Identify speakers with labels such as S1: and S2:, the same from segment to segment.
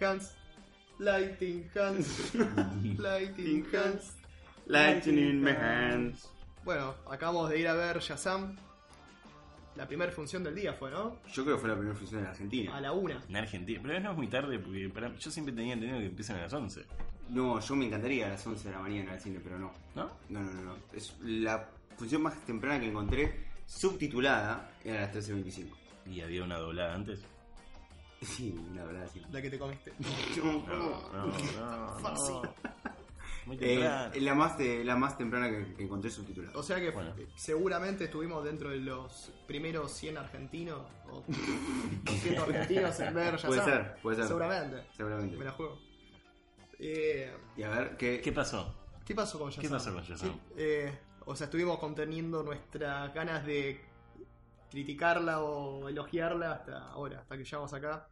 S1: Hans, Lighting Hans, Lighting Hans.
S2: Lightning in my hands.
S1: Bueno, acabamos de ir a ver Shazam. La primera función del día fue, ¿no?
S2: Yo creo que fue la primera función en
S1: A
S2: Argentina.
S1: la una.
S3: En Argentina. Pero no es muy tarde porque para- yo siempre tenía entendido que empiezan a las 11.
S2: No, yo me encantaría a las 11 de la mañana al cine, pero no.
S3: ¿No?
S2: No, no, no. no. Es la función más temprana que encontré, subtitulada, era a las 13.25.
S3: Y había una doblada antes.
S2: Sí, la verdad, sí.
S1: La que te comiste.
S3: No, no, no. no. Muy
S2: Eh,
S3: temprano.
S2: la, más, eh, la más temprana que, que encontré subtitulada.
S1: O sea que
S3: Bueno.
S1: eh, seguramente estuvimos dentro de los primeros 100 argentinos o 200 argentinos en ver Shazam.
S2: Puede ser, puede ser.
S1: Seguramente.
S2: Seguramente.
S1: Me la juego. Eh,
S2: Y a ver, ¿qué,
S3: ¿Qué pasó?
S1: ¿Qué pasó con Shazam?
S3: ¿Qué pasó con Shazam?
S1: Sí, eh, o sea, estuvimos conteniendo nuestras ganas de criticarla o elogiarla hasta ahora, hasta que llegamos acá.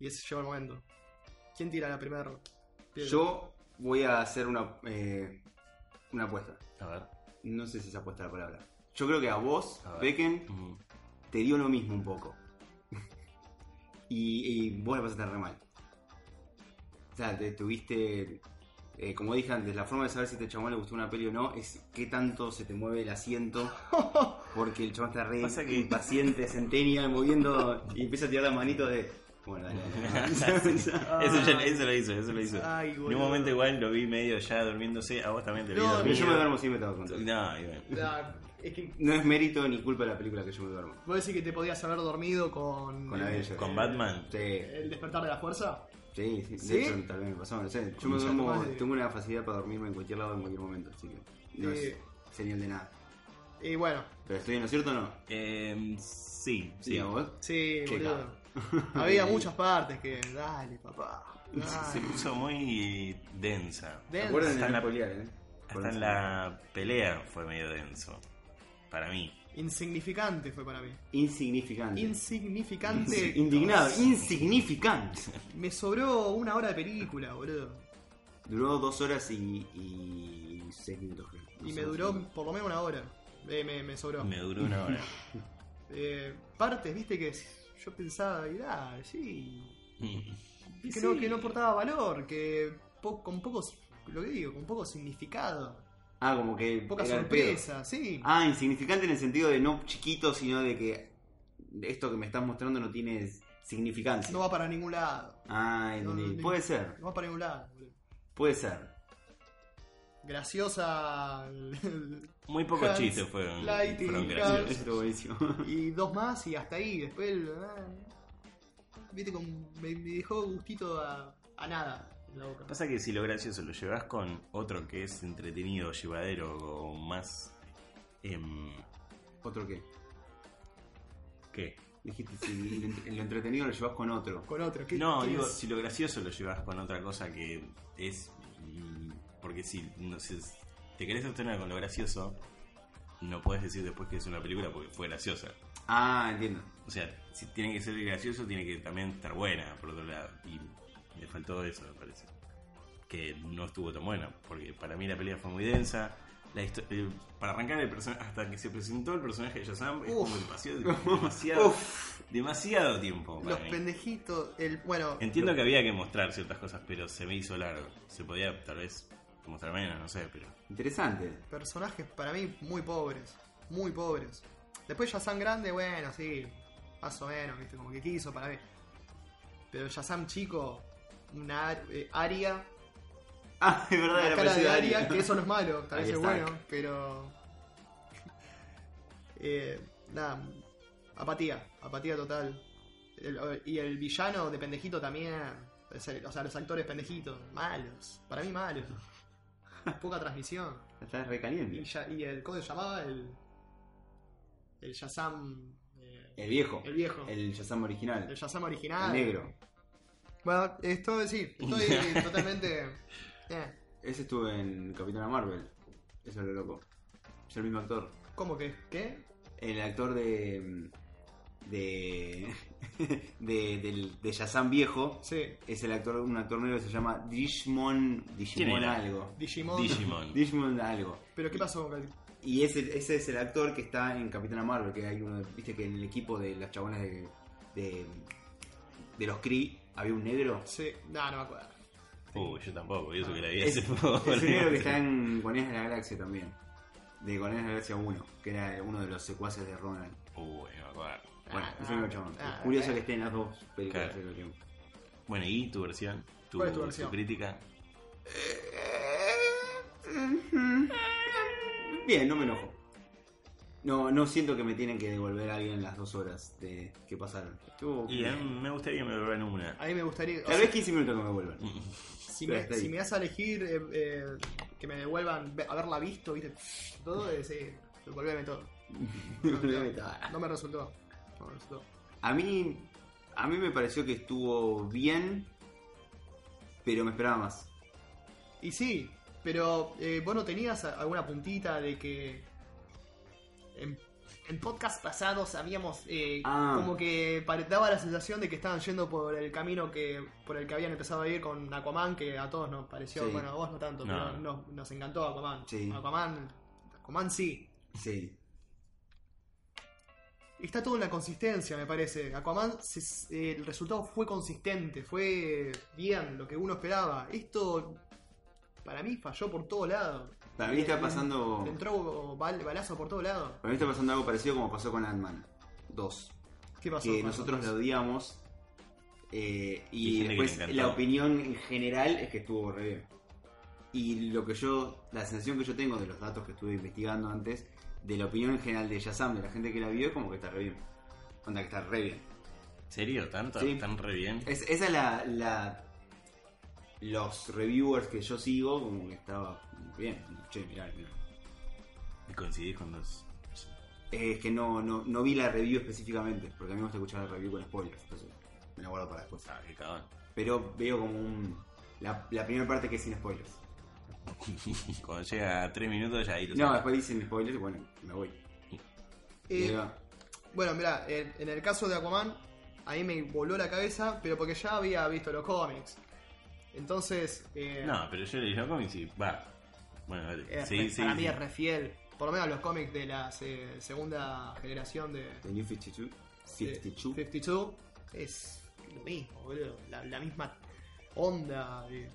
S1: Y ese llegó el momento. ¿Quién tira la primera? piedra?
S2: Yo voy a hacer una, eh, una apuesta.
S3: A ver.
S2: No sé si es apuesta la palabra. Yo creo que a vos,
S3: A ver.
S2: Becken,
S3: Mm.
S2: te dio lo mismo un poco. y, y vos la pasaste re mal. O sea, te tuviste. eh, como dije antes, la forma de saber si a este chabón le gustó una peli o no es qué tanto se te mueve el asiento. Porque el chabón está re
S3: Pasa que-
S2: impaciente, centenial, moviendo y empieza a tirar las manitos de. Bueno, dale, dale, dale.
S3: Eso, ya, eso lo hizo, eso lo hizo.
S1: Ay,
S3: en
S1: boludo.
S3: un momento igual lo vi medio ya durmiéndose. A vos también te vi
S1: No,
S2: Pero
S3: dormido.
S2: yo me duermo siempre estaba contento.
S3: No, y bueno.
S1: Ah, es que
S2: No es mérito ni culpa de la película que yo me duermo.
S1: vos decís que te podías haber dormido con,
S2: Con Avengers.
S3: Con Batman.
S2: Sí,
S1: el despertar de la fuerza.
S2: sí, sí. De
S1: ¿Sí?
S2: hecho, tal vez me pasó, no sé. Yo
S3: Con
S2: me
S3: mucha
S2: duermo,
S1: madre.
S2: tengo una facilidad para dormirme en cualquier lado en cualquier momento, así que no
S1: Eh.
S2: es señal de nada.
S1: Y bueno,
S2: Pero estoy en lo cierto o no?
S3: Eh, sí,
S2: Sí,
S3: sí.
S2: a vos.
S1: sí,
S2: Qué
S1: boludo. Había muchas partes que. Dale, papá. dale.
S3: Se puso muy densa.
S1: Denso.
S2: Acuérdense
S3: Hasta
S2: de
S3: en la-
S2: no spoilear, eh.
S3: Hasta en la pelea fue medio denso. Para mí.
S1: Insignificante fue para mí.
S2: Insignificante.
S1: Insignificante.
S2: Indignado, insignificante.
S1: Me sobró una hora de película, boludo.
S2: Duró dos horas y, y seis minutos. creo. No
S1: Y
S2: sé,
S1: me
S2: no sé.
S1: duró por lo menos una hora. Eh, me, me sobró.
S3: Me duró una hora.
S1: Eh, partes, viste, que yo pensaba, y da, sí.
S3: Mm.
S1: Que,
S2: Sí.
S1: No, que no aportaba valor, que po- con pocos. Lo que digo, con poco significado.
S2: Ah, como que.
S1: Poca
S2: era el pedo.
S1: sorpresa, sí.
S2: Ah, insignificante en el sentido de no chiquito, sino de que esto que me estás mostrando no tiene significancia.
S1: No va para ningún lado.
S2: Ah, entendí.
S1: No, no, no.
S2: puede ser,
S1: No va para ningún lado, boludo.
S2: puede ser.
S1: Graciosa.
S3: Muy pocos
S1: Hans,
S3: chistes fueron,
S1: Lighting,
S3: fueron
S2: Eso
S1: Hans.
S3: graciosos.
S2: estuvo buenísimo.
S1: y dos más y hasta ahí. Después, el- ah, viste, con- me, me dejó gustito a, a nada en la boca.
S3: Pasa que si lo gracioso lo llevas con otro que es entretenido, llevadero o más... em,
S2: ¿Otro qué?
S3: ¿Qué?
S2: Dijiste, si en lo entretenido lo llevas con otro.
S1: Con otro. ¿qué-
S3: no,
S1: qué
S3: digo,
S1: es?
S3: si lo gracioso lo llevas con otra cosa que es... mm, Porque si, no, sé, te querés sostener con lo gracioso, no puedes decir después que es una película porque fue graciosa.
S2: Ah, entiendo.
S3: O sea, si tiene que ser gracioso, tiene que también estar buena, por otro lado. Y le faltó eso, me parece. Que no estuvo tan buena, porque para mí la pelea fue muy densa. La histo- eh, para arrancar, el persona- hasta que se presentó el personaje de Shazam, es
S1: Uf.
S3: como demasiado, demasiado, demasiado tiempo. para
S1: Los
S3: mí.
S1: pendejitos. El, bueno,
S3: Entiendo que había que mostrar ciertas cosas, pero se me hizo largo. Se podía, tal vez, mostrar menos, no sé, pero.
S2: Interesante.
S1: personajes para mí muy pobres. Muy pobres. Después, Shazam grande, bueno, sí. Más o menos, viste, como que quiso para mí. Pero Shazam chico, una ar- eh, Aria.
S2: Ah, es verdad,
S1: la
S2: era
S1: cara de
S2: parecido a
S1: Aria,
S2: Aria.
S1: que eso no es malo, tal vez
S2: Ahí
S1: es
S2: está.
S1: bueno, pero. Eh, nada, apatía, apatía total. El- y el villano de pendejito también. Es el- O sea, los actores pendejitos, malos. Para mí, malos. Poca transmisión.
S2: Estás
S1: Y,
S2: recaliente.
S1: ya- y el. ¿Cómo se llamaba? El. El Shazam. eh,
S2: El viejo.
S1: el viejo. El,
S2: El Shazam original.
S1: Shazam
S2: El
S1: original.
S2: negro.
S1: Bueno, esto sí, estoy totalmente. eh,
S2: Ese estuvo en Capitana Marvel. Eso es lo loco. Es el mismo actor.
S1: ¿Cómo que? ¿Qué?
S2: El actor de. mm, de. de, del- de Shazam viejo
S1: Sí.
S2: es el actor, un actor negro que se llama Digimon. Digimon
S3: era?
S2: algo.
S1: Digimon.
S3: Digimon.
S2: Digimon algo.
S1: Pero ¿qué pasó con el-
S2: Y ese, ese es el actor que está en Capitana Marvel, que hay uno, de- viste que en el equipo de las chabonas de. de, de los Kree había un negro.
S1: Sí, no, no me acuerdo.
S3: Uy, yo tampoco, y eso que la vi
S2: Es,
S3: hace poco.
S2: es un negro que está en Guardianes de la Galaxia también. De Guardianes de la Galaxia 1, que era uno de los secuaces de Ronald.
S3: Uy, no me acuerdo.
S2: Bueno,
S1: Ah,
S2: es un negro chabón.
S1: ah,
S2: Es curioso
S1: eh.
S2: que estén las dos películas
S3: Claro.
S2: al mismo tiempo.
S3: Bueno, ¿y tu versión? ¿Tu,
S1: ¿Cuál es tu versión?
S3: crítica?
S2: Bien, no me enojo. No, no siento que me tienen que devolver a alguien las dos horas de que pasaron. Estuvo
S3: Y a
S2: bien.
S3: mí me gustaría que me devuelvan una.
S1: A mí me gustaría. o
S2: Tal
S1: sea,
S2: vez 15 minutos que me vuelvan.
S1: si,
S2: pero
S1: me,
S2: está ahí.
S1: si me das a elegir eh, eh, que me devuelvan ve- haberla visto, ¿viste? Todo, eh, sí, devolveme todo. No me resultó. No me resultó.
S2: a mí. A mí me pareció que estuvo bien. Pero me esperaba más.
S1: Y sí, pero eh, vos no tenías a- alguna puntita de que. En, en podcast pasados habíamos. eh,
S2: Ah.
S1: Como que pare- daba la sensación de que estaban yendo por el camino que por el que habían empezado a ir con Aquaman, que a todos nos pareció.
S2: Sí.
S1: Bueno, a vos no tanto,
S3: No.
S1: pero nos, nos encantó Aquaman.
S2: Sí.
S1: Aquaman. Aquaman sí.
S2: Sí.
S1: Está todo en la consistencia, me parece. Aquaman, se- eh, el resultado fue consistente, fue bien, lo que uno esperaba. Esto, para mí, falló por todos lados.
S2: Para mí está
S1: Le-
S2: pasando.
S1: le Eh, entró bal- balazo por todos lados.
S2: Para mí está pasando algo parecido como pasó con Ant-Man 2.
S1: ¿Qué pasó?
S2: que
S1: con
S2: nosotros lo
S1: nosotros?
S2: odiamos. eh,
S3: Y
S2: y
S3: gente que le
S2: después
S3: encantó.
S2: la opinión en general es que estuvo re bien. Y lo que yo, la sensación que yo tengo de los datos que estuve investigando antes, de la opinión en general de Shazam, de la gente que la vio, es como que está re bien. Onda que está re bien.
S3: ¿En serio? ¿Tanto?
S2: Sí.
S3: ¿Tan re bien?
S2: Es, esa es la, la- Los reviewers que yo sigo, como que estaba bien. Che, mirá, mirá.
S3: ¿Y coincidís con los...?
S2: Eh, Es que no, no, no vi la review específicamente, porque a mí me gusta escuchar la review con spoilers, entonces me la guardo para después.
S3: Ah, qué cagón.
S2: pero veo como un. La, la primera parte que es sin spoilers.
S3: Cuando llega a 3 minutos ya ahí lo
S2: No,
S3: sabes.
S2: después dicen spoilers y bueno, me voy.
S1: Eh,
S2: Y ahí va.
S1: bueno, mirá, en, en el caso de Aquaman, a mí me voló la cabeza, pero porque ya había visto los cómics. Entonces, eh,
S3: No, pero yo leí los cómics y va. Bueno, dale.
S1: es
S3: Sí,
S1: re-
S3: sí.
S1: para
S3: sí.
S1: mí es refiel. Por lo menos los cómics de la se- segunda generación de
S2: The New 52.
S1: de
S2: 52.
S1: 52 es lo mismo, boludo. La, la misma onda, eh,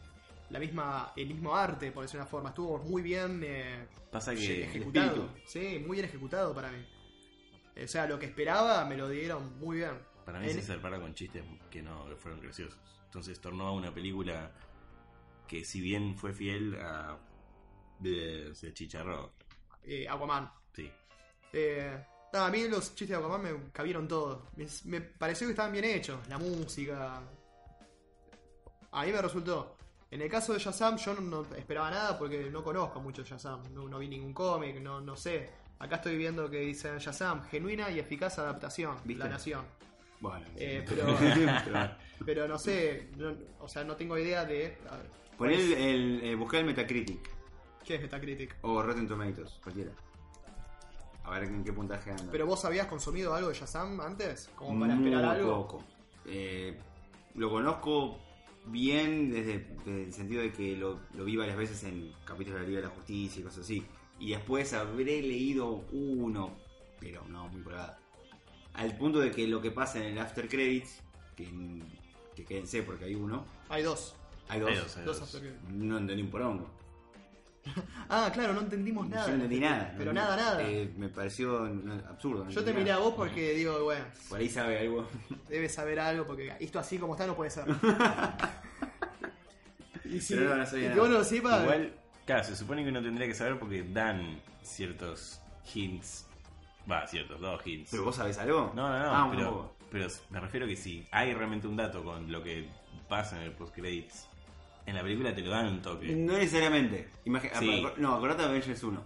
S1: la misma, el mismo arte, por decir una forma. Estuvo muy bien. eh,
S3: Pasa
S1: Sí,
S3: que...
S1: ejecutado.
S2: espíritu.
S1: Sí, muy bien ejecutado para mí. O sea, lo que esperaba me lo dieron muy bien.
S3: Para mí
S1: En-
S3: se zarparon con chistes que no que fueron graciosos. Entonces tornó a una película que si bien fue fiel a... de- se chicharró.
S1: eh, Aquaman.
S3: Sí.
S1: Eh, nada, a mí los chistes de Aquaman me cabieron todos. Me, me pareció que estaban bien hechos. La música. A mí me resultó. En el caso de Shazam, yo no, no esperaba nada porque no conozco mucho Shazam. No, no vi ningún cómic, no, no sé. Acá estoy viendo que dicen Shazam, genuina y eficaz adaptación.
S2: ¿Viste?
S1: La nación.
S2: Bueno,
S1: Eh,
S2: sí.
S1: pero,
S2: Pero-
S1: pero no sé, no- o sea, no tengo idea de. a ver,
S2: Pon
S1: ¿cuál es?
S2: el, el, eh, buscá el Metacritic
S1: ¿Qué es Metacritic?
S2: o Rotten Tomatoes, cualquiera. A ver en qué puntaje anda.
S1: ¿Pero vos habías consumido algo de Shazam antes? ¿Como para
S2: Muy
S1: esperar algo?
S2: poco. Eh, lo conozco bien desde, desde el sentido de que lo, lo vi varias veces en capítulos de la Liga de la Justicia y cosas así. Y después habré leído uno, pero no, muy colgado. Al punto de que lo que pasa en el After Credits, que, que quédense porque hay uno,
S1: Hay dos.
S2: hay dos.
S3: Hay dos, hay
S1: dos
S3: dos.
S1: after credits.
S2: No entendí un porongo.
S1: Ah, claro, no entendimos nada.
S2: Yo no entendí nada.
S1: Pero
S2: No-
S1: nada, nada.
S2: eh, me pareció no, absurdo. no
S1: Yo te
S2: entendí
S1: miré a
S2: nada.
S1: vos porque digo, bueno,
S2: Por ahí sabe algo.
S1: debes saber algo porque esto así como está no puede ser. y si
S2: Pero no, no sabía
S1: y que
S2: nada.
S1: vos no lo sepas,
S3: Igual, claro, se supone que uno tendría que saber porque dan ciertos hints. Va, ciertos, dos hints.
S2: ¿Pero vos sabés algo?
S3: No, no, no,
S2: Ah, un poco.
S3: pero, pero me refiero que si hay realmente un dato con lo que pasa en el post-credits, en la película te lo dan un toque.
S2: No necesariamente. Imagi-
S3: Sí.
S2: acu- No, acordate de Avengers 1.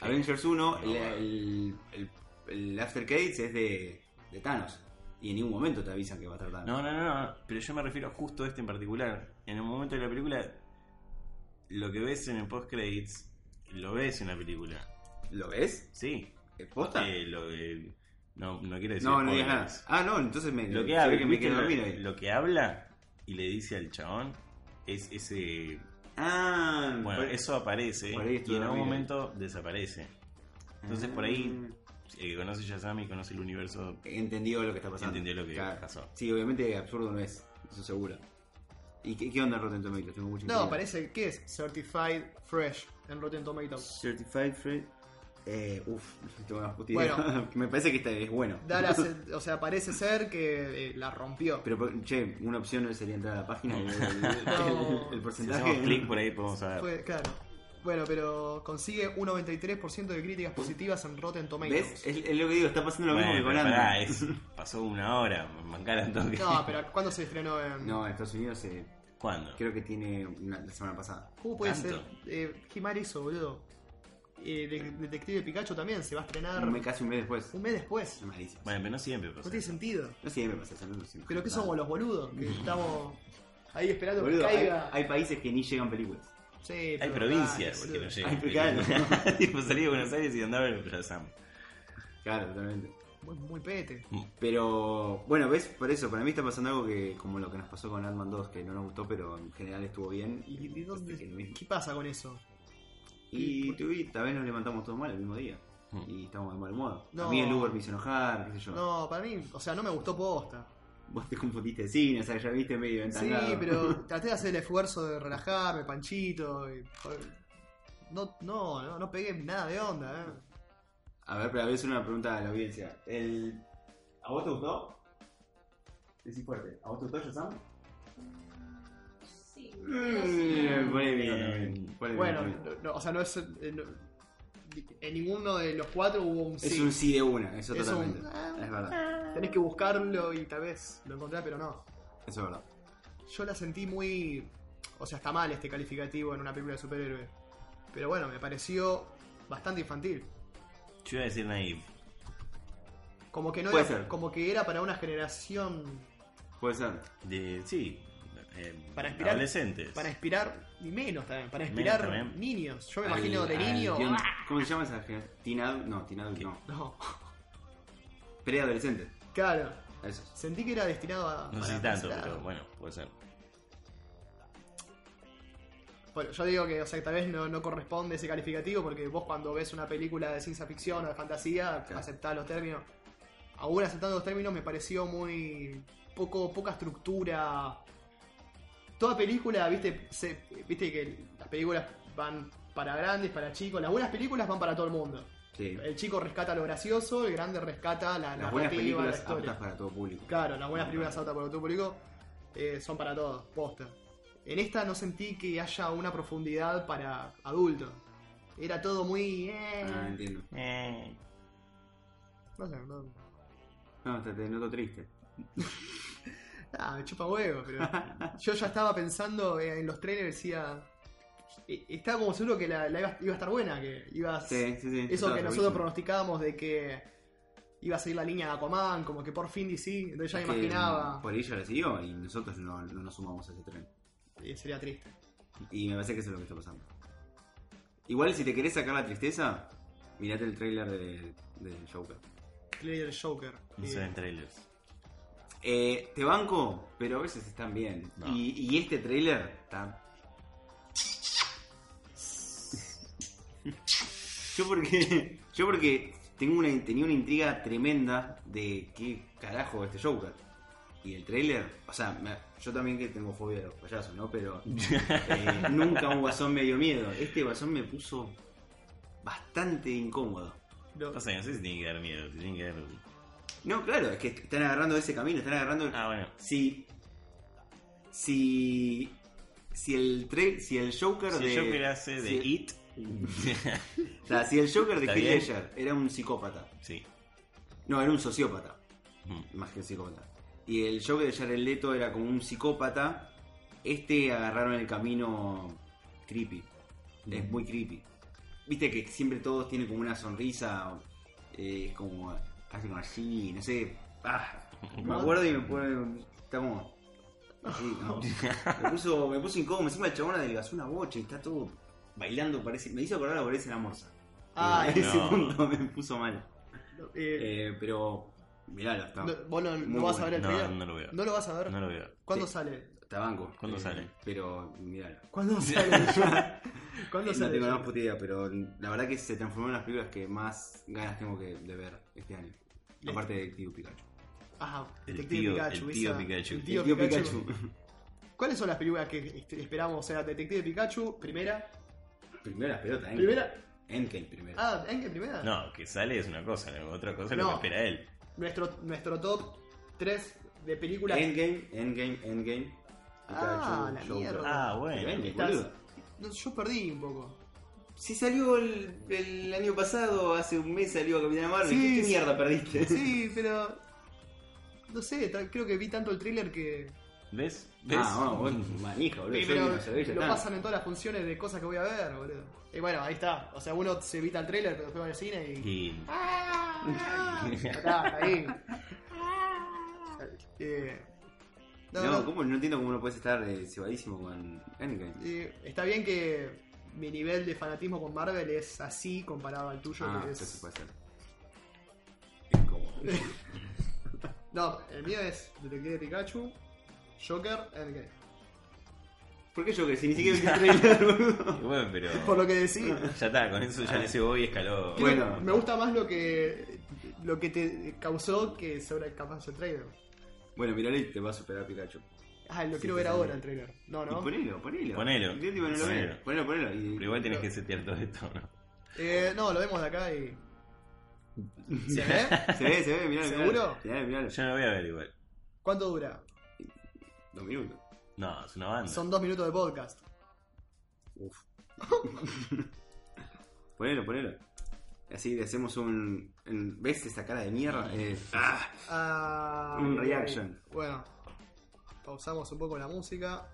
S2: Avengers 1,
S3: No,
S2: el, el, el- el After Credits es de, de Thanos. Y en ningún momento te avisan que va a estar Thanos.
S3: No, no, no, no, pero yo me refiero justo a este en particular. En el momento de la película, lo que ves en el post-credits, lo ves en la película.
S2: ¿Lo ves?
S3: Sí.
S2: ¿Es ¿Posta?
S3: Eh, lo, eh, no, no quiero decir
S2: Ah. no, no digas
S3: spoilers.
S2: nada. Ah, no, entonces me,
S3: Lo que
S2: se ve
S3: habla,
S2: que me
S3: ¿viste?
S2: quedo
S3: Lo-
S2: dormido ahí.
S3: lo que habla y le dice al chabón es ese.
S2: Ah,
S3: Bueno,
S2: por-
S3: eso aparece
S2: por ahí
S3: y
S2: estuve
S3: en algún
S2: dormido. ah.
S3: momento desaparece. Entonces por ahí el que conoce Shazam y conoce el universo
S2: Entendió lo que está pasando.
S3: Entendió lo que pasó.
S2: Sí, obviamente absurdo no es, eso seguro. ¿Y qué, qué onda Rotten Tomatoes? Tengo mucha
S1: No,
S2: intriga.
S1: parece que es Certified Fresh en Rotten Tomatoes.
S2: Certified Fred. Eh, uf, no tengo la puta idea.
S1: Bueno.
S2: Me parece que este es bueno.
S1: Da la se- o sea, parece ser que eh, la rompió.
S2: Pero, che, una opción no sería entrar a la página y ver el,
S1: No.
S2: el- el
S3: Si
S2: porcentaje.
S3: hacemos clic por ahí podemos saber.
S1: Fue- claro. Bueno, pero consigue un 93% de críticas positivas en Rotten Tomatoes.
S2: ¿Ves? Es, es lo que digo, está pasando lo
S3: Bueno,
S2: mismo que con
S3: pero
S2: Android.
S3: pará, es- pasó una hora, mancaron toque.
S1: No, pero ¿cuándo se estrenó en.?
S2: No, en Estados Unidos eh,
S3: ¿Cuándo?
S2: creo que tiene una- la semana pasada.
S1: ¿Cómo puede
S3: ¿Tanto?
S1: ser? Eh, qué mal hizo, boludo. Eh, de- Detective Pikachu también se va a estrenar
S2: Un mes- casi un mes después.
S1: un mes después.
S2: Es malísimo.
S3: Bueno, pero no siempre
S1: No
S3: pasa.
S1: tiene sentido.
S2: No sé, me pasa eso. No, sé.
S1: Pero que
S2: Nada.
S1: somos los boludos, que estamos ahí esperando
S2: Boludo,
S1: que
S2: hay,
S1: caiga.
S2: hay países que ni llegan películas.
S1: Sí,
S3: Hay
S1: pero
S3: provincias
S1: dale,
S3: que no
S1: boludo.
S2: Ay,
S3: llegan.
S2: claro.
S3: Tipo, salí de Buenos Aires y andaba en Shazam.
S2: Claro, totalmente.
S1: Muy, muy pete.
S2: Pero bueno, ¿ves? Por eso, para mí está pasando algo que como lo que nos pasó con Ant-Man 2, que no nos gustó, pero en general estuvo bien.
S1: ¿Y, y dónde-
S2: Así que lo mismo.
S1: qué pasa con eso?
S2: Y tú y tal vez nos levantamos todos mal el mismo día. Y estamos de mal humor.
S1: No.
S2: A mí el Uber me hizo enojar, qué sé yo.
S1: No, para mí, o sea, no me gustó posta.
S2: Vos te confundiste de cine, o sea, ya viste medio
S1: Sí,
S2: entangado.
S1: pero traté de hacer el esfuerzo de relajarme, panchito. y- No, no, no, no pegué nada de onda, eh.
S2: A ver, pero a veces una pregunta a la audiencia. El... ¿A vos te gustó? Decí fuerte. ¿A vos te gustó, Shazam?
S4: Sí.
S2: Mm, Polémico
S3: Bien.
S2: también. Polémico
S1: Bueno,
S2: también.
S1: no- no, o sea, no es. eh, no- en ninguno de los cuatro hubo un
S2: Es
S1: sí.
S2: un sí de una, eso
S1: Es
S2: totalmente.
S1: un- Ah.
S2: Es verdad,
S1: Tenés que buscarlo y tal vez lo encontrás, pero no.
S2: eso es verdad.
S1: Yo la sentí muy. O sea, está mal este calificativo en una película de superhéroe. Pero bueno, me pareció bastante infantil.
S3: Yo iba a decir naive.
S1: Como que no
S2: Puede
S1: era,
S2: ser.
S1: como que era para una generación
S2: Puede ser.
S3: De, sí. eh,
S1: Para inspirar-
S3: Adolescentes.
S1: para inspirar y menos también, para
S3: Menos
S1: inspirar
S3: también.
S1: niños. Yo me imagino
S2: Al-
S1: de
S2: al
S1: niño.
S2: guion-
S1: ¡ah!
S2: ¿Cómo se llama esa gente? Tinad, no, Tinad
S3: ¿Qué?
S2: no.
S1: No,
S2: Preadolescente.
S1: claro.
S2: a Eso.
S1: Sentí que era destinado a.
S3: No sé
S1: para
S3: si tanto,
S1: ese lado.
S3: pero bueno, puede ser.
S1: Bueno, yo digo que, o sea, que tal vez no, no corresponde ese calificativo porque vos cuando ves una película de ciencia ficción o de fantasía,
S2: Claro.
S1: aceptás los términos. Aún aceptando los términos me pareció muy poco poca estructura. Toda película, viste, se- viste que las películas van para grandes, para chicos. Las buenas películas van para todo el mundo.
S2: Sí.
S1: El chico rescata lo gracioso, el grande rescata la
S2: Las
S1: narrativa, la
S2: buenas películas
S1: historia.
S2: aptas para todo público.
S1: Claro, las buenas películas aptas para todo público eh, son para todos, posta. En esta no sentí que haya una profundidad para adultos. Era todo muy... eh,
S2: Ah, entiendo.
S3: Eh,
S1: no sé, no...
S2: No, te, te noto triste.
S1: Ah, me chupa huevo, pero... yo ya estaba pensando eh, en los trailers, decía... eh, Estaba como seguro que la, la iba, iba a estar buena, que iba a...
S2: Sí, sí, sí.
S1: Eso que
S2: Estaba
S1: nosotros
S2: segurísimo.
S1: pronosticábamos de que iba a seguir la línea de Aquaman, como que por fin DC, entonces ya me
S2: Es que,
S1: imaginaba...
S2: mm, Por ella la siguió y nosotros no, no nos sumamos a ese tren.
S1: Eh, sería triste.
S2: Y me parece que eso es lo que está pasando. Igual, si te querés sacar la tristeza, mirate el trailer del del Joker.
S1: Trailer Joker.
S3: no
S1: eh,
S3: se ven trailers.
S2: Eh, te banco, pero a veces están bien.
S3: No.
S2: Y, y este trailer está. yo porque. Yo porque tengo una, tenía una intriga tremenda de qué carajo es este Joker. Y el trailer, o sea, me- yo también que tengo fobia a los payasos, ¿no? Pero eh, nunca un guasón me dio miedo. Este guasón me puso bastante incómodo.
S1: lo-
S3: Pasa que no sé si tiene que dar miedo, tiene que dar.
S2: No, claro, es que están agarrando ese camino, están agarrando
S3: Ah, bueno.
S2: si si si el tra- si el Joker
S3: Si
S2: de
S3: el Joker hace de
S2: si-
S3: It.
S2: o sea, si el Joker de
S3: Está
S2: Heath
S3: bien.
S2: Ledger era un psicópata
S3: sí.
S2: no era un sociópata
S3: Mm.
S2: más que un psicópata y el Joker de Jared Leto era como un psicópata este agarraron el camino creepy es muy creepy viste que siempre todos tienen como una sonrisa eh, es como hacen como así no sé ah, me acuerdo y me pone. Está como. así, ¿no? me, puso, me puso incómodo. Encima el chabón adelgazó una bocha y está todo bailando. parece Me hizo acordar a Boris en la morsa.
S1: Ay,
S2: ese
S3: no.
S2: punto me puso mal.
S1: eh,
S2: Eh, pero Mirá, está.
S1: No, vos no, no
S2: Muy
S1: vas a ver
S2: bueno.
S1: el
S3: No,
S1: video.
S3: no lo veo.
S1: lo vas a ver.
S3: No lo veo.
S1: ¿Cuándo
S2: Sí.
S1: sale?
S2: Te banco.
S3: ¿Cuándo
S2: Eh,
S3: sale?
S2: Pero miralo.
S1: ¿Cuándo sale? ¿Cuándo
S2: no
S1: sale?
S2: tengo la más puta idea, pero la verdad que se transformó en las películas que más ganas tengo que de ver este año.
S1: Listo.
S2: Aparte de Detective Pikachu.
S1: Ajá,
S3: El
S1: Detective
S3: tío-
S1: Pikachu.
S3: el tío
S1: esa-
S3: Pikachu.
S1: El tío
S2: Detective
S1: Pikachu. ¿Cuáles son las películas que est- esperamos? O sea, Detective Pikachu, primera.
S2: Primera pelota, Endgame.
S1: Primera.
S2: Endgame primera.
S1: Ah, ¿en qué primera?
S3: No, que sale es una cosa, la otra cosa es lo
S1: No.
S3: que espera él.
S1: Nuestro, nuestro top 3 de películas.
S2: Endgame, Endgame, Endgame.
S1: Ah, la mierda.
S3: Ah,
S2: Pero
S3: bueno.
S2: Endgame,
S1: Estás-
S2: boludo.
S1: No, yo perdí un poco.
S2: Si salió el, el año pasado, hace un mes salió Capitán Marvel.
S1: Sí,
S2: ¿Qué, qué
S1: sí.
S2: mierda perdiste?
S1: Sí, pero. No sé, ta- creo que vi tanto el thriller que.
S3: ¿Ves? ¿Ves?
S2: Ah, vamos, bueno, manija, boludo.
S1: Sí,
S2: Yo
S1: pero
S2: no sabía, ya
S1: lo
S2: está.
S1: pasan en todas las funciones de cosas que voy a ver, boludo. Y bueno, ahí está. O sea, uno se evita el trailer, pero después va al cine y.
S3: Y
S1: ¡Ah! está, ahí. Eh, no,
S2: No,
S1: no,
S2: ¿cómo? no entiendo cómo no puedes estar eh, cebadísimo con Endgame.
S1: eh, está bien que mi nivel de fanatismo con Marvel es así comparado al tuyo.
S2: ah,
S1: que
S2: eso
S1: es-
S2: se puede hacer. Es como.
S1: No, el mío es Detective Pikachu, Joker, Endgame.
S2: ¿Por qué yo que si ni siquiera vi el trailer, boludo?
S3: bueno, pero.
S1: Por lo que decís.
S3: Ya está, con eso ya le cebó y
S1: Creo
S3: escaló.
S1: que
S2: Bueno.
S1: me gusta más lo que lo que te causó que sobre capaz el trailer.
S2: Bueno, mirale y te va a superar Pikachu.
S1: Ah, lo
S2: Sí,
S1: quiero
S2: sí,
S1: ver
S2: sí.
S1: ahora el trailer. No,
S2: Y
S1: no.
S2: ponelo, ponelo.
S3: Ponelo.
S2: Yo digo, no lo
S3: Ponelo.
S2: veo. Ponelo, ponelo. Y...
S3: Pero igual tenés que setear todo esto, ¿no?
S1: Eh, no, lo vemos de acá y. eh? ¿Se ve?
S2: Se ve, se ve, miralo.
S1: ¿Seguro?
S2: Miralo, miralo. miralo.
S3: Yo no lo voy a ver igual.
S1: ¿Cuánto dura?
S2: Dos minutos.
S3: No, es una banda.
S1: Son dos minutos de podcast.
S2: Uf. ponelo, ponelo. Así le hacemos un. en- ¿Ves esa cara de mierda? Eh, ah,
S1: Ah,
S2: Un reaction.
S1: Bueno, pausamos un poco la música.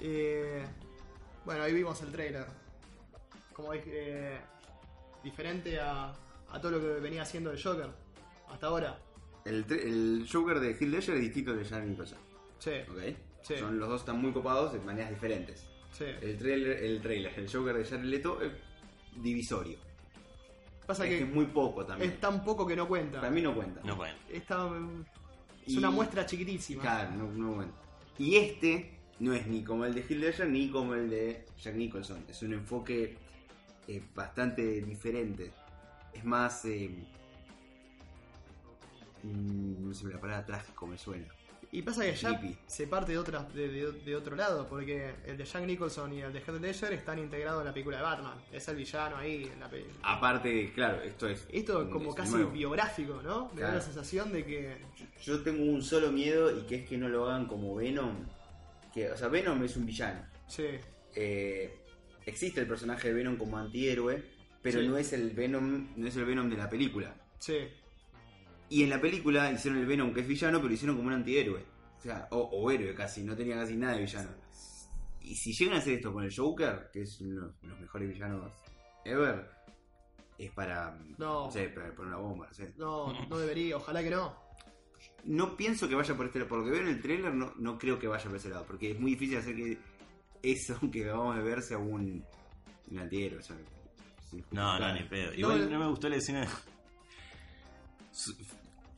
S1: Eh, bueno, ahí vimos el trailer. Como dije, eh, diferente a, a todo lo que venía haciendo el Joker hasta ahora.
S2: el, tre- el Joker de Hill Ledger es distinto al de Jared Nicholson.
S1: Sí,
S2: ¿Ok?
S1: Sí.
S2: Son, los dos están muy copados de maneras diferentes.
S1: sí.
S2: El trailer, el trailer, el Joker de Jared Leto es divisorio.
S1: Pasa
S2: es que es
S1: que
S2: muy poco también.
S1: es tan poco que no cuenta.
S2: Para mí no cuenta.
S3: No pueden.
S1: Es tan- es
S2: Y-
S1: una muestra chiquitísima.
S2: Claro, no, no cuenta. Y este no es ni como el de Hill Ledger ni como el de Jack Nicholson. Es un enfoque eh, bastante diferente. Es más. eh, mm, no sé, la palabra trágico me suena.
S1: Y pasa que ya
S2: Creepy.
S1: se parte de, otra, de, de- de otro lado, porque el de Jack Nicholson y el de Heath Ledger están integrados en la película de Batman. Es el villano ahí en la película.
S2: Aparte, claro, esto es.
S1: Esto es como
S2: Ah, es
S1: casi
S2: nuevo.
S1: biográfico, ¿no? Me da
S2: Claro.
S1: la sensación de que.
S2: Yo tengo un solo miedo y que es que no lo hagan como Venom. Que, o sea, Venom es un villano.
S1: Sí,
S2: eh, existe el personaje de Venom como antihéroe, pero
S1: Sí.
S2: no es el Venom, no es el Venom de la película.
S1: sí,
S2: Y en la película hicieron el Venom que es villano, pero lo hicieron como un antihéroe. O sea, o, o héroe casi, no tenía casi nada de villano. Y si llegan a hacer esto con el Joker, que es uno de los mejores villanos ever, es para.
S1: No.
S2: sé, para poner una bomba, no sé.
S1: no, no debería, ojalá que no.
S2: No pienso que vaya por este lado. Por lo que veo en el trailer, no, no creo que vaya por ese lado. Porque es muy difícil hacer que eso que vamos a ver sea un, un antihéroe. o sea, es
S3: No, no,
S2: injustificable.
S3: ni pedo. Igual
S1: No,
S3: no, me gustó la escena. Su-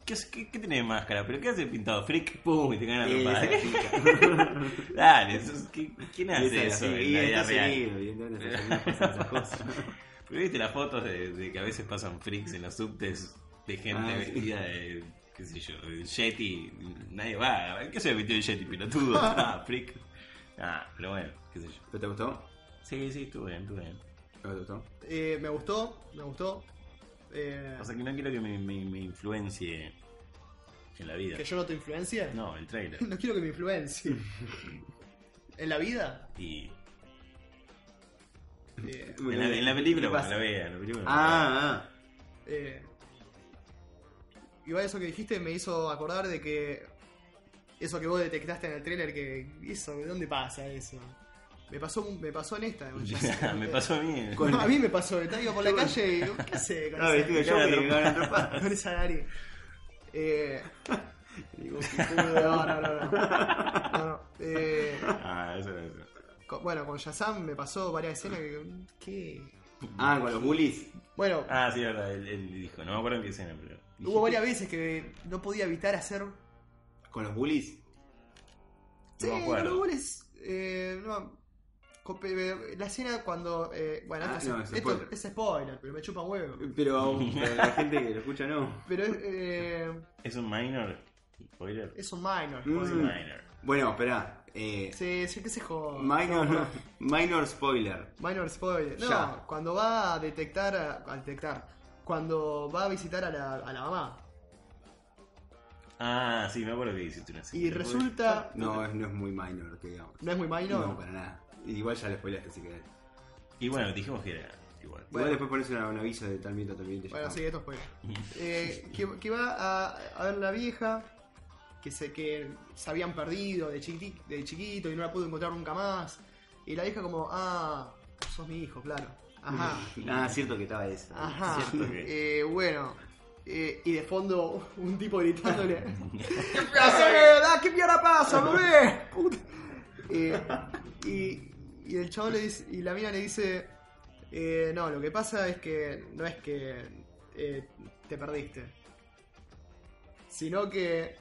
S3: ¿Qué, hace- qué, qué tiene de máscara? ¿Pero qué hace pintado? Freak, pum, y te caen a
S2: Eh,
S3: trompada.
S2: esa chica.
S3: Dale, eso es- ¿qué- ¿quién
S2: Y
S3: hace
S2: esa-
S3: eso
S2: y
S3: en la vida
S2: Estados
S3: real?
S2: Unidos, evidentemente, en Estados Unidos pasan esas cosas.
S3: Pero viste las fotos de, de que a veces pasan freaks en los subtes de gente
S2: Ah, sí.
S3: vestida de, qué sé yo, de Yeti. Nadie va. ¿Qué se vestido de Yeti, pelotudo? Ah, freak. Ah, pero bueno, qué sé yo.
S2: ¿Pero te gustó?
S3: Sí, sí, estuvo bien, estuvo bien.
S2: ¿Pero te gustó?
S1: Eh, me gustó, me gustó. Eh,
S3: O sea que no quiero que me, me- me influencie en la vida.
S1: que yo no te influencie.
S3: No, el trailer.
S1: No quiero que me influencie. ¿En la vida?
S3: Y
S1: Eh,
S3: en la, en la película,
S2: ¿Qué
S3: cuando
S2: pasa?
S3: la vea, en la película.
S2: Ah, ah.
S1: Eh, igual eso que dijiste me hizo acordar de que eso que vos detectaste en el trailer, que eso, ¿de dónde pasa eso? Me pasó, me pasó en esta. ya sé.
S3: me pasó a mí.
S1: No, a mí me pasó, estaba iba por la calle y digo, ¿qué hace con,
S2: Estaba vestido
S1: esa,
S2: de Joker y me van a atrapar.
S1: con esa nariz? Eh, digo, "Qué culo de- no, no, no, no. No, no, eh,
S3: Ah, eso era eso.
S1: co- bueno, con Shazam me pasó varias escenas que. ¿Qué?
S2: Ah, con los bullies.
S1: Bueno,
S3: Ah, sí, es verdad, él, él dijo, no me acuerdo en qué escena, pero.
S1: hubo varias veces que no podía evitar hacer.
S2: Con los bullies.
S1: Sí,
S3: me acuerdo.
S1: los goles, eh, no, co- eh, La escena cuando. eh, bueno,
S2: Ah,
S1: esto,
S2: no,
S1: es,
S2: es
S1: esto
S2: spoiler.
S1: es spoiler, pero me chupa un huevo.
S2: Pero para la gente que lo escucha no.
S1: Pero es, eh,
S3: ¿Es un minor? ¿Spoiler?
S1: es un minor.
S2: Mm.
S3: Es
S1: spoiler.
S3: un minor.
S2: Bueno, espera. Eh,
S1: Sí, sí, que se joda.
S2: minor, minor spoiler.
S1: Minor spoiler. No,
S2: Ya.
S1: cuando va a detectar. A, a detectar. Cuando va a visitar a la, a la mamá.
S3: Ah, sí, me acuerdo que hiciste una escena.
S1: Y resulta.
S2: No, es- no es muy minor, que digamos.
S1: No es muy minor.
S2: No, para nada. Igual ya lo spoilaste si querés.
S3: Y bueno, dijimos que era igual.
S1: Bueno.
S2: Igual después pones una- un aviso de tal mito, tal mito. ya
S1: Bueno,
S2: está.
S1: sí, esto fue. Eh, que, que va a, a ver la vieja que se, que se habían perdido de, chiqui- de chiquito y no la pudo encontrar nunca más. Y la vieja como, ah, sos mi hijo, claro. Ajá.
S2: Ah, cierto que estaba eso.
S1: Ajá.
S3: Cierto que-
S1: Eh, bueno. Eh, y de fondo un tipo gritándole. ¿Qué haces? Ah, ¿Qué mierda pasa, bebé? Puta. Eh, y, y el chabón le dice, y la mina le dice, eh, no, lo que pasa es que no es que eh, te perdiste, sino que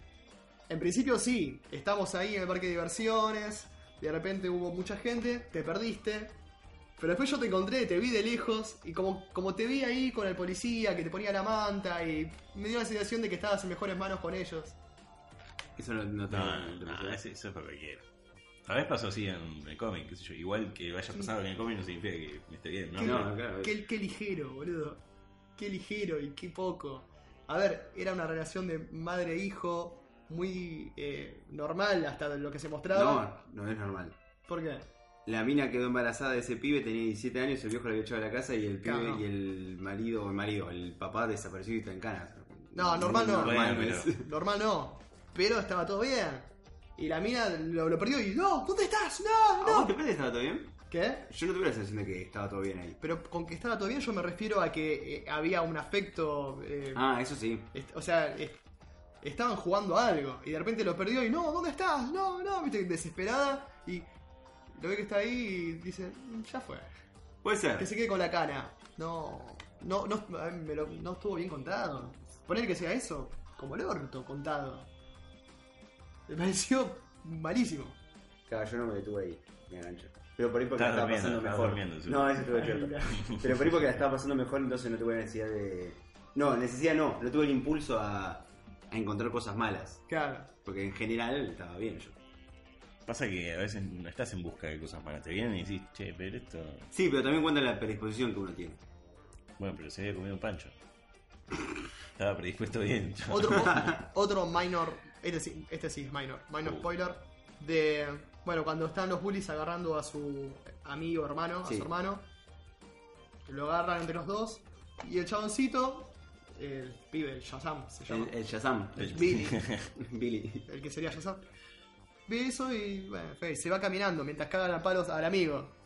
S1: en principio sí, estamos ahí en el parque de diversiones, de repente hubo mucha gente, te perdiste, pero después yo te encontré, te vi de lejos, y como, como te vi ahí con el policía que te ponía la manta, y me dio la sensación de que estabas en mejores manos con ellos.
S2: Eso no, no te
S3: No,
S2: no te
S3: no,
S2: pasó.
S3: ese- eso es lo que quiero. Tal vez pasó así en el cómic, qué sé yo. Igual que vaya pasado en el cómic no significa que me esté bien, ¿no?
S1: ¿Qué?
S2: No, claro.
S1: Qué, qué ligero, boludo. Qué ligero y qué poco. A ver, era una relación de madre-hijo muy eh, normal hasta lo que se mostraba.
S2: No, no es normal.
S1: ¿Por qué?
S2: La mina quedó embarazada de ese pibe, tenía 17 años, el viejo la había echado de la casa y el pibe
S1: Claro.
S2: y el marido, el marido, el papá desapareció y está en canas.
S1: No, normal no.
S3: Bueno,
S2: es.
S3: pero-
S1: Normal no. Pero estaba todo bien. Y la mina lo, lo perdió y no, ¿dónde estás? No,
S2: ¿A vos
S1: no.
S2: te parece que estaba todo bien?
S1: ¿Qué?
S2: Yo no tuve la sensación de que estaba todo bien ahí.
S1: Pero con que estaba todo bien yo me refiero a que eh, había un afecto... eh,
S2: Ah, eso sí.
S1: Est- O sea, est- estaban jugando a algo y de repente lo perdió y no, ¿dónde estás? No, no, viste, desesperada y lo ve que está ahí y dice, "Mm, ya fue.
S2: Puede
S1: Que
S2: ser.
S1: se quede con la cana. No, no, no, eh, me lo- no estuvo bien contado. Poner que sea eso, como el orto contado. Me pareció malísimo.
S2: Claro, yo no me detuve ahí, me engancho. Pero por ahí porque
S3: Estaba
S2: la estaba pasando
S3: durmiendo, estaba
S2: mejor.
S3: durmiendo, sí.
S2: no, eso tuve que Pero por ahí porque la estaba pasando mejor, entonces no tuve la necesidad de. No, necesidad no, no tuve el impulso a, a encontrar cosas malas.
S1: Claro.
S2: Porque en general estaba bien yo.
S3: Pasa que a veces no estás en busca de cosas malas. Te vienen y decís, che, pero esto.
S2: Sí, pero también cuenta la predisposición que uno tiene.
S3: Bueno, pero se había comido un pancho. Estaba predispuesto bien.
S1: Otro, o- otro minor, este sí, este sí es minor, minor
S3: Uh.
S1: spoiler, de, bueno, cuando están los bullies agarrando a su amigo, hermano, a
S2: Sí.
S1: su hermano, lo agarran entre los dos, y el chaboncito, el pibe, el Shazam se llama,
S2: El, el Shazam.
S1: el Billy,
S2: Billy.
S1: el que sería Shazam, ve eso y, bueno, fe, se va caminando mientras cagan a palos al amigo.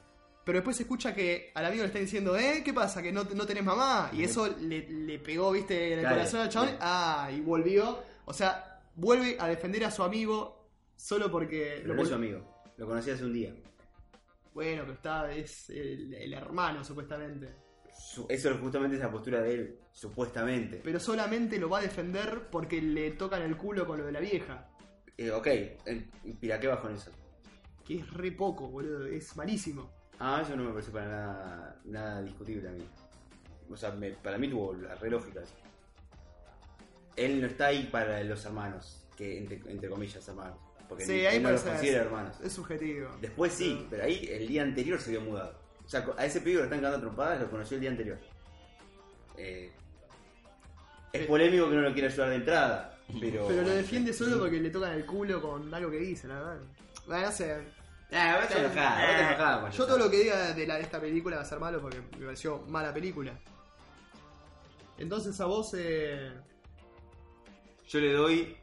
S1: Pero después se escucha que al amigo le están diciendo, ¿eh? ¿Qué pasa? ¿Que no, no tenés mamá? Y eso le, le pegó, viste, en el
S2: Claro.
S1: corazón al chabón. Ah, y volvió. O sea, vuelve a defender a su amigo solo porque...
S2: Pero
S1: lo
S2: no es
S1: vol-
S2: su amigo. Lo conocí hace un día.
S1: Bueno, pero está, es el, el hermano, supuestamente.
S2: Su- eso es justamente esa postura de él, supuestamente.
S1: Pero solamente lo va a defender porque le tocan el culo con lo de la vieja.
S2: Eh, ok, eh, piraqué bajo en eso.
S1: Que es re poco, boludo. Es malísimo.
S2: Ah, eso no me parece para nada, nada discutible a mí. O sea, me- para mí tuvo la re lógica eso. Él no está ahí para los hermanos, que entre, entre comillas hermanos. Porque
S1: Sí,
S2: él,
S1: ahí
S2: él no los
S1: parece-
S2: considera hermanos.
S1: Es subjetivo.
S2: Después sí, pero ahí el día anterior se vio mudado. O sea, a ese pibe que lo están cagando a trompadas lo conoció el día anterior. Eh, es polémico que no lo quiera ayudar de entrada, pero.
S1: Pero lo defiende solo porque le tocan el culo con algo que dice, la verdad. Bueno, no sé.
S2: Ah, vos te enojás, vos te enojás con
S1: Yo todo lo que diga de, la, de esta película va a ser malo porque me pareció mala película. Entonces a vos, eh,
S2: Yo le doy.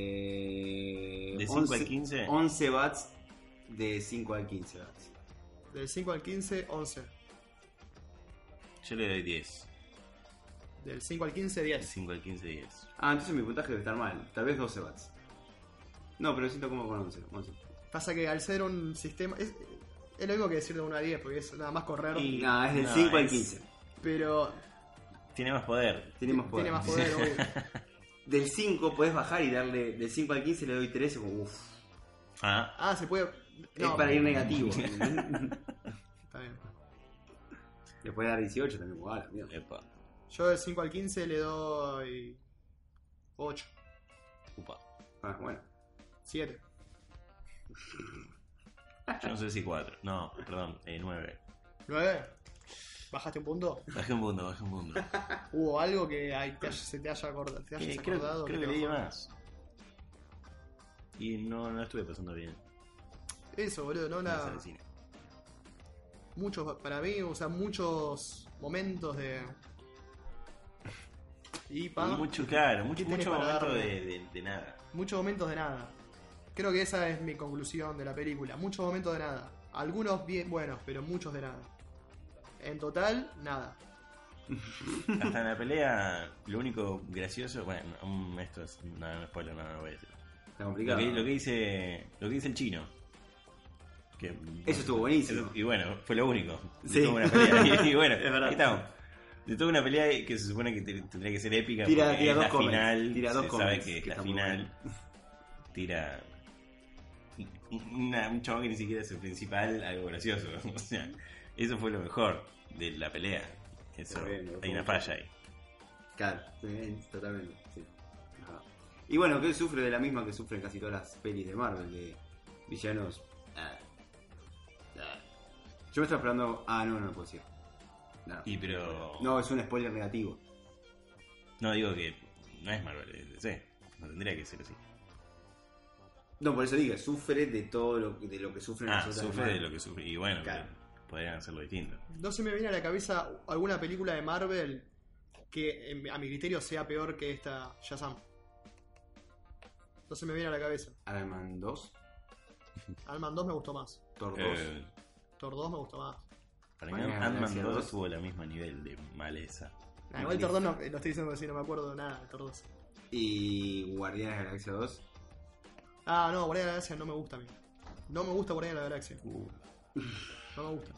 S2: Eh,
S3: De 5 al 15.
S2: 11 bats de 5 al 15 bats.
S1: del 5 al 15, 11.
S3: Yo le doy 10.
S1: Del 5 al 15,
S3: De
S1: 10.
S3: 5 al 15, 10.
S2: Ah, entonces mi puntaje debe estar mal. Tal vez 12 bats. No, pero siento como con 11. 11.
S1: Pasa que al ser un sistema. Es, es lo mismo que decir de 1 a 10, porque es nada más correr.
S3: Y-
S2: No, es del
S3: No,
S2: 5 al
S3: es-
S2: 15.
S1: Pero
S3: Tiene más poder.
S2: Tiene más poder.
S1: tiene más poder, obvio.
S2: Del 5 podés bajar y darle. Del 5 al 15 le doy 3 y como uff.
S3: Ah,
S1: Ah, se puede.
S2: es
S1: No,
S2: para ir negativo. ¿entendés?
S1: está bien.
S2: le podés dar 18 también, como, ah, la mierda.
S3: epa,
S1: Yo del 5 al 15 le doy. 8,
S3: upa.
S2: Ah, bueno.
S1: 7.
S3: Yo no sé si 4. No, perdón, eh, 9.
S1: 9. ¿Bajaste un punto?
S3: Bajé un punto, bajé un punto.
S1: ¿Hubo algo que ahí te haya- se te haya acordado? Te hayas
S3: Eh, creo,
S1: acordado
S3: creo
S1: te
S3: que leí
S1: bajó?
S3: más. Y no, no estuve pasando bien.
S1: Eso, boludo, no
S3: en la
S1: la.
S3: sala de cine.
S1: muchos para mí, o sea, muchos momentos de y pa,
S3: Mucho, claro, mucho,
S1: ¿Qué tenés
S3: mucho
S1: para
S3: momento
S1: darme?
S3: de, de- de nada.
S1: muchos momentos de nada. Creo que esa es mi conclusión de la película, muchos momentos de nada. Algunos bien buenos, pero muchos de nada. En total, nada.
S3: Hasta en la pelea, lo único gracioso. Bueno, mm, esto es. No, no spoiler, no, no lo voy a decir.
S2: Está
S3: Lo
S2: complicado.
S3: que, lo que dice, lo que dice el chino. Que-
S2: Eso estuvo buenísimo.
S3: Eso- y bueno, fue lo único. De
S2: Sí.
S3: toda una pelea. Y, y bueno,
S2: Es verdad.
S3: ahí estamos. De toda una pelea que se supone que te- tendría que ser épica.
S2: Tira-
S3: porque
S2: tira
S3: es
S2: dos
S3: la
S2: comments,
S3: final.
S2: tira dos
S3: se sabe
S2: comments,
S3: que es
S2: que
S3: la
S2: está muy
S3: final. Tira. una- un chabón que ni siquiera es el principal, algo gracioso. O sea, eso fue lo mejor de la pelea. Eso,
S2: Está bien, me gustó
S3: hay una
S2: mucho.
S3: falla ahí.
S2: Claro, sí, totalmente. sí. Ajá. Y bueno, que él sufre de la misma que sufren casi todas las pelis de Marvel, de villanos. Ah. Ah. Yo me estaba esperando. Ah, no, no lo puedo decir. No.
S3: Y pero.
S2: No, es un spoiler negativo.
S3: No digo que no es Marvel, es DC. No tendría que ser así.
S2: No, por eso dije, sufre de todo lo, de lo que sufren
S3: Ah,
S2: las otras
S3: sufre
S2: Marvel.
S3: de lo que sufre. Y bueno,
S2: Claro.
S3: pero podrían hacerlo distinto.
S1: No se me viene a la cabeza alguna película de Marvel que en- a mi criterio sea peor que esta Shazam. No se me viene a la cabeza.
S2: Iron Man 2,
S1: Alman 2 me gustó más.
S2: Thor 2.
S3: Eh,
S1: Thor 2 me gustó más.
S3: para mí,
S2: Guardianes de la
S3: Ant-Man
S2: Galaxia
S3: 2
S2: 2.
S3: tuvo el mismo nivel de maleza.
S1: Nah, igual Thor 2 no, lo estoy diciendo así, no me acuerdo nada de Thor 2.
S2: Y Guardianes de la Galaxia 2.
S1: Ah, no, Guardián de la Galaxia no me gusta a mí. No me gusta Guardián de la Galaxia.
S3: Uh,
S1: No me gusta.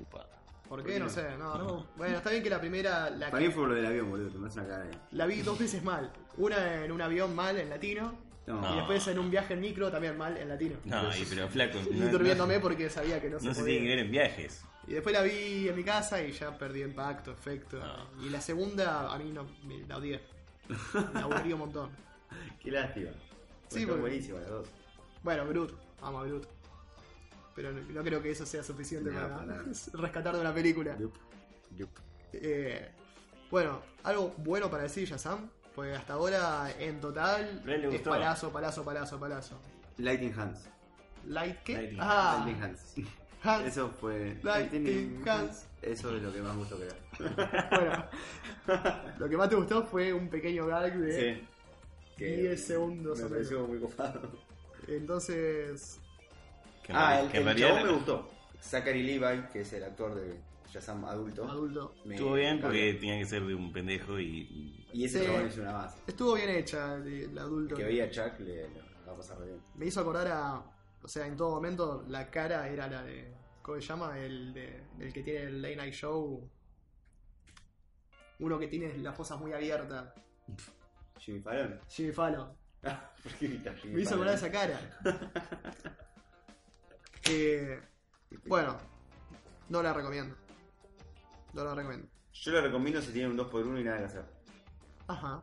S3: upa.
S1: ¿Por
S2: qué
S1: qué? No
S2: no?
S1: sé. No, no me gusta. Bueno, está bien que la primera la,
S2: Para mí fue lo del avión, boludo. Te me hace una cara de.
S1: la vi dos veces mal. Una en un avión mal, en latino.
S2: No,
S1: Y
S3: No.
S1: después en un viaje en micro también mal, en latino.
S3: No, y, pero flaco.
S1: y
S3: no,
S1: durmiéndome
S3: no-
S1: porque sabía que no,
S3: no
S1: se
S3: se
S1: podía.
S3: tiene que ver en viajes.
S1: Y después la vi en mi casa y ya perdí impacto, efecto.
S3: No.
S1: Y la segunda a mí no, me, la odié. Me aburrí un montón.
S2: Qué lástima.
S1: Sí,
S2: Están
S1: porque-
S2: buenísimas las dos.
S1: Bueno, Groot, amo a Groot. Pero no, no creo que eso sea suficiente
S2: No,
S1: para,
S2: para nada.
S1: rescatar de una película.
S2: Yup, yup.
S1: Eh, bueno, algo bueno para decir, Yazam. Pues hasta ahora, en total,
S3: A él le
S1: es
S3: gustó.
S1: palazo, palazo, palazo, palazo.
S2: Lightning Hands.
S1: ¿Light qué?
S3: Lightning.
S1: ah,
S2: Lightning Hands.
S1: Hans.
S2: Eso fue.
S1: Lightning Hands.
S2: Eso es lo que más gusto que
S1: Bueno, lo que más te gustó fue un pequeño gag de
S3: Eh,
S2: Sí.
S1: 10 segundos. o
S2: Me
S1: menos.
S2: pareció muy copado.
S1: Entonces,
S3: Que en
S2: Ah,
S3: realidad-
S2: el,
S3: que en
S2: el
S3: realidad
S2: chabón me
S3: la-
S2: gustó. Zachary Levi, que es el actor de Shazam adulto.
S1: adulto.
S2: me-
S3: Estuvo bien
S2: cambió.
S3: porque tenía que ser de un pendejo y.
S2: Y ese
S1: Sí.
S2: chabón es una base.
S1: Estuvo bien hecha el adulto.
S2: Que veía a Chuck, le le va a pasar re bien.
S1: Me hizo acordar a. O sea, en todo momento la cara era la de. ¿Cómo se llama? El, de, el que tiene el Late Night Show. Uno que tiene las fosas muy abiertas.
S2: Jimmy Fallon.
S1: Jimmy Fallon.
S2: ¿Por qué gritas Jimmy
S1: Me hizo
S2: Fallon?
S1: acordar esa cara. Eh, bueno, no la recomiendo. No la recomiendo.
S2: Yo lo recomiendo si tienen un 2x1 y nada que hacer.
S1: Ajá.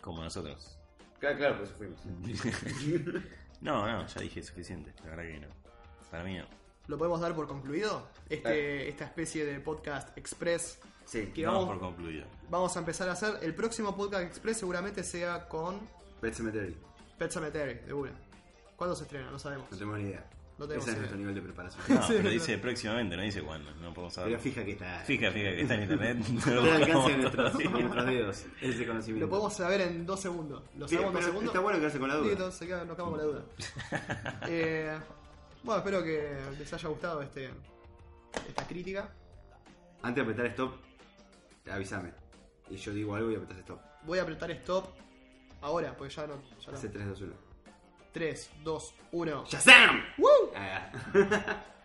S3: como nosotros.
S2: Claro, claro, por eso fuimos.
S3: no, no, ya dije suficiente. La verdad que no. Para mí no.
S1: ¿Lo podemos dar por concluido? Este, esta especie de podcast express
S2: Sí,
S1: que
S3: Vamos por
S1: vamos,
S3: concluido.
S1: vamos a empezar a hacer. El próximo podcast express seguramente sea con
S2: Pet Cemetery.
S1: Pet Cemetery, de una. ¿Cuándo se estrena? No sabemos.
S2: No tenemos ni idea.
S1: No tenemos
S2: Ese es
S1: idea.
S2: nuestro nivel de preparación.
S3: No,
S1: Sí,
S3: pero
S1: no.
S3: dice próximamente, no dice cuándo. No podemos
S2: Pero
S3: saber.
S2: fija que está.
S3: Fija, fija que está en internet. No lo
S2: Está al alcance de
S3: buscamos
S2: nuestros,
S3: todo.
S2: de nuestros dedos ese conocimiento.
S1: Lo podemos saber en dos segundos. Lo
S2: Bien,
S1: sabemos en dos
S2: pero
S1: segundos.
S2: Está bueno quedarse con la duda.
S1: Listo, se queda- nos quedamos con la duda. Eh, bueno, espero que les haya gustado este esta crítica.
S2: Antes de apretar stop, avísame. Y yo digo algo y apretás stop.
S1: Voy a apretar stop ahora, porque ya no. Ya no.
S2: Hace 3, 2, 1.
S1: 3, 2, 1.
S2: ¡Shazam!
S1: ¡Woo!
S2: Ah,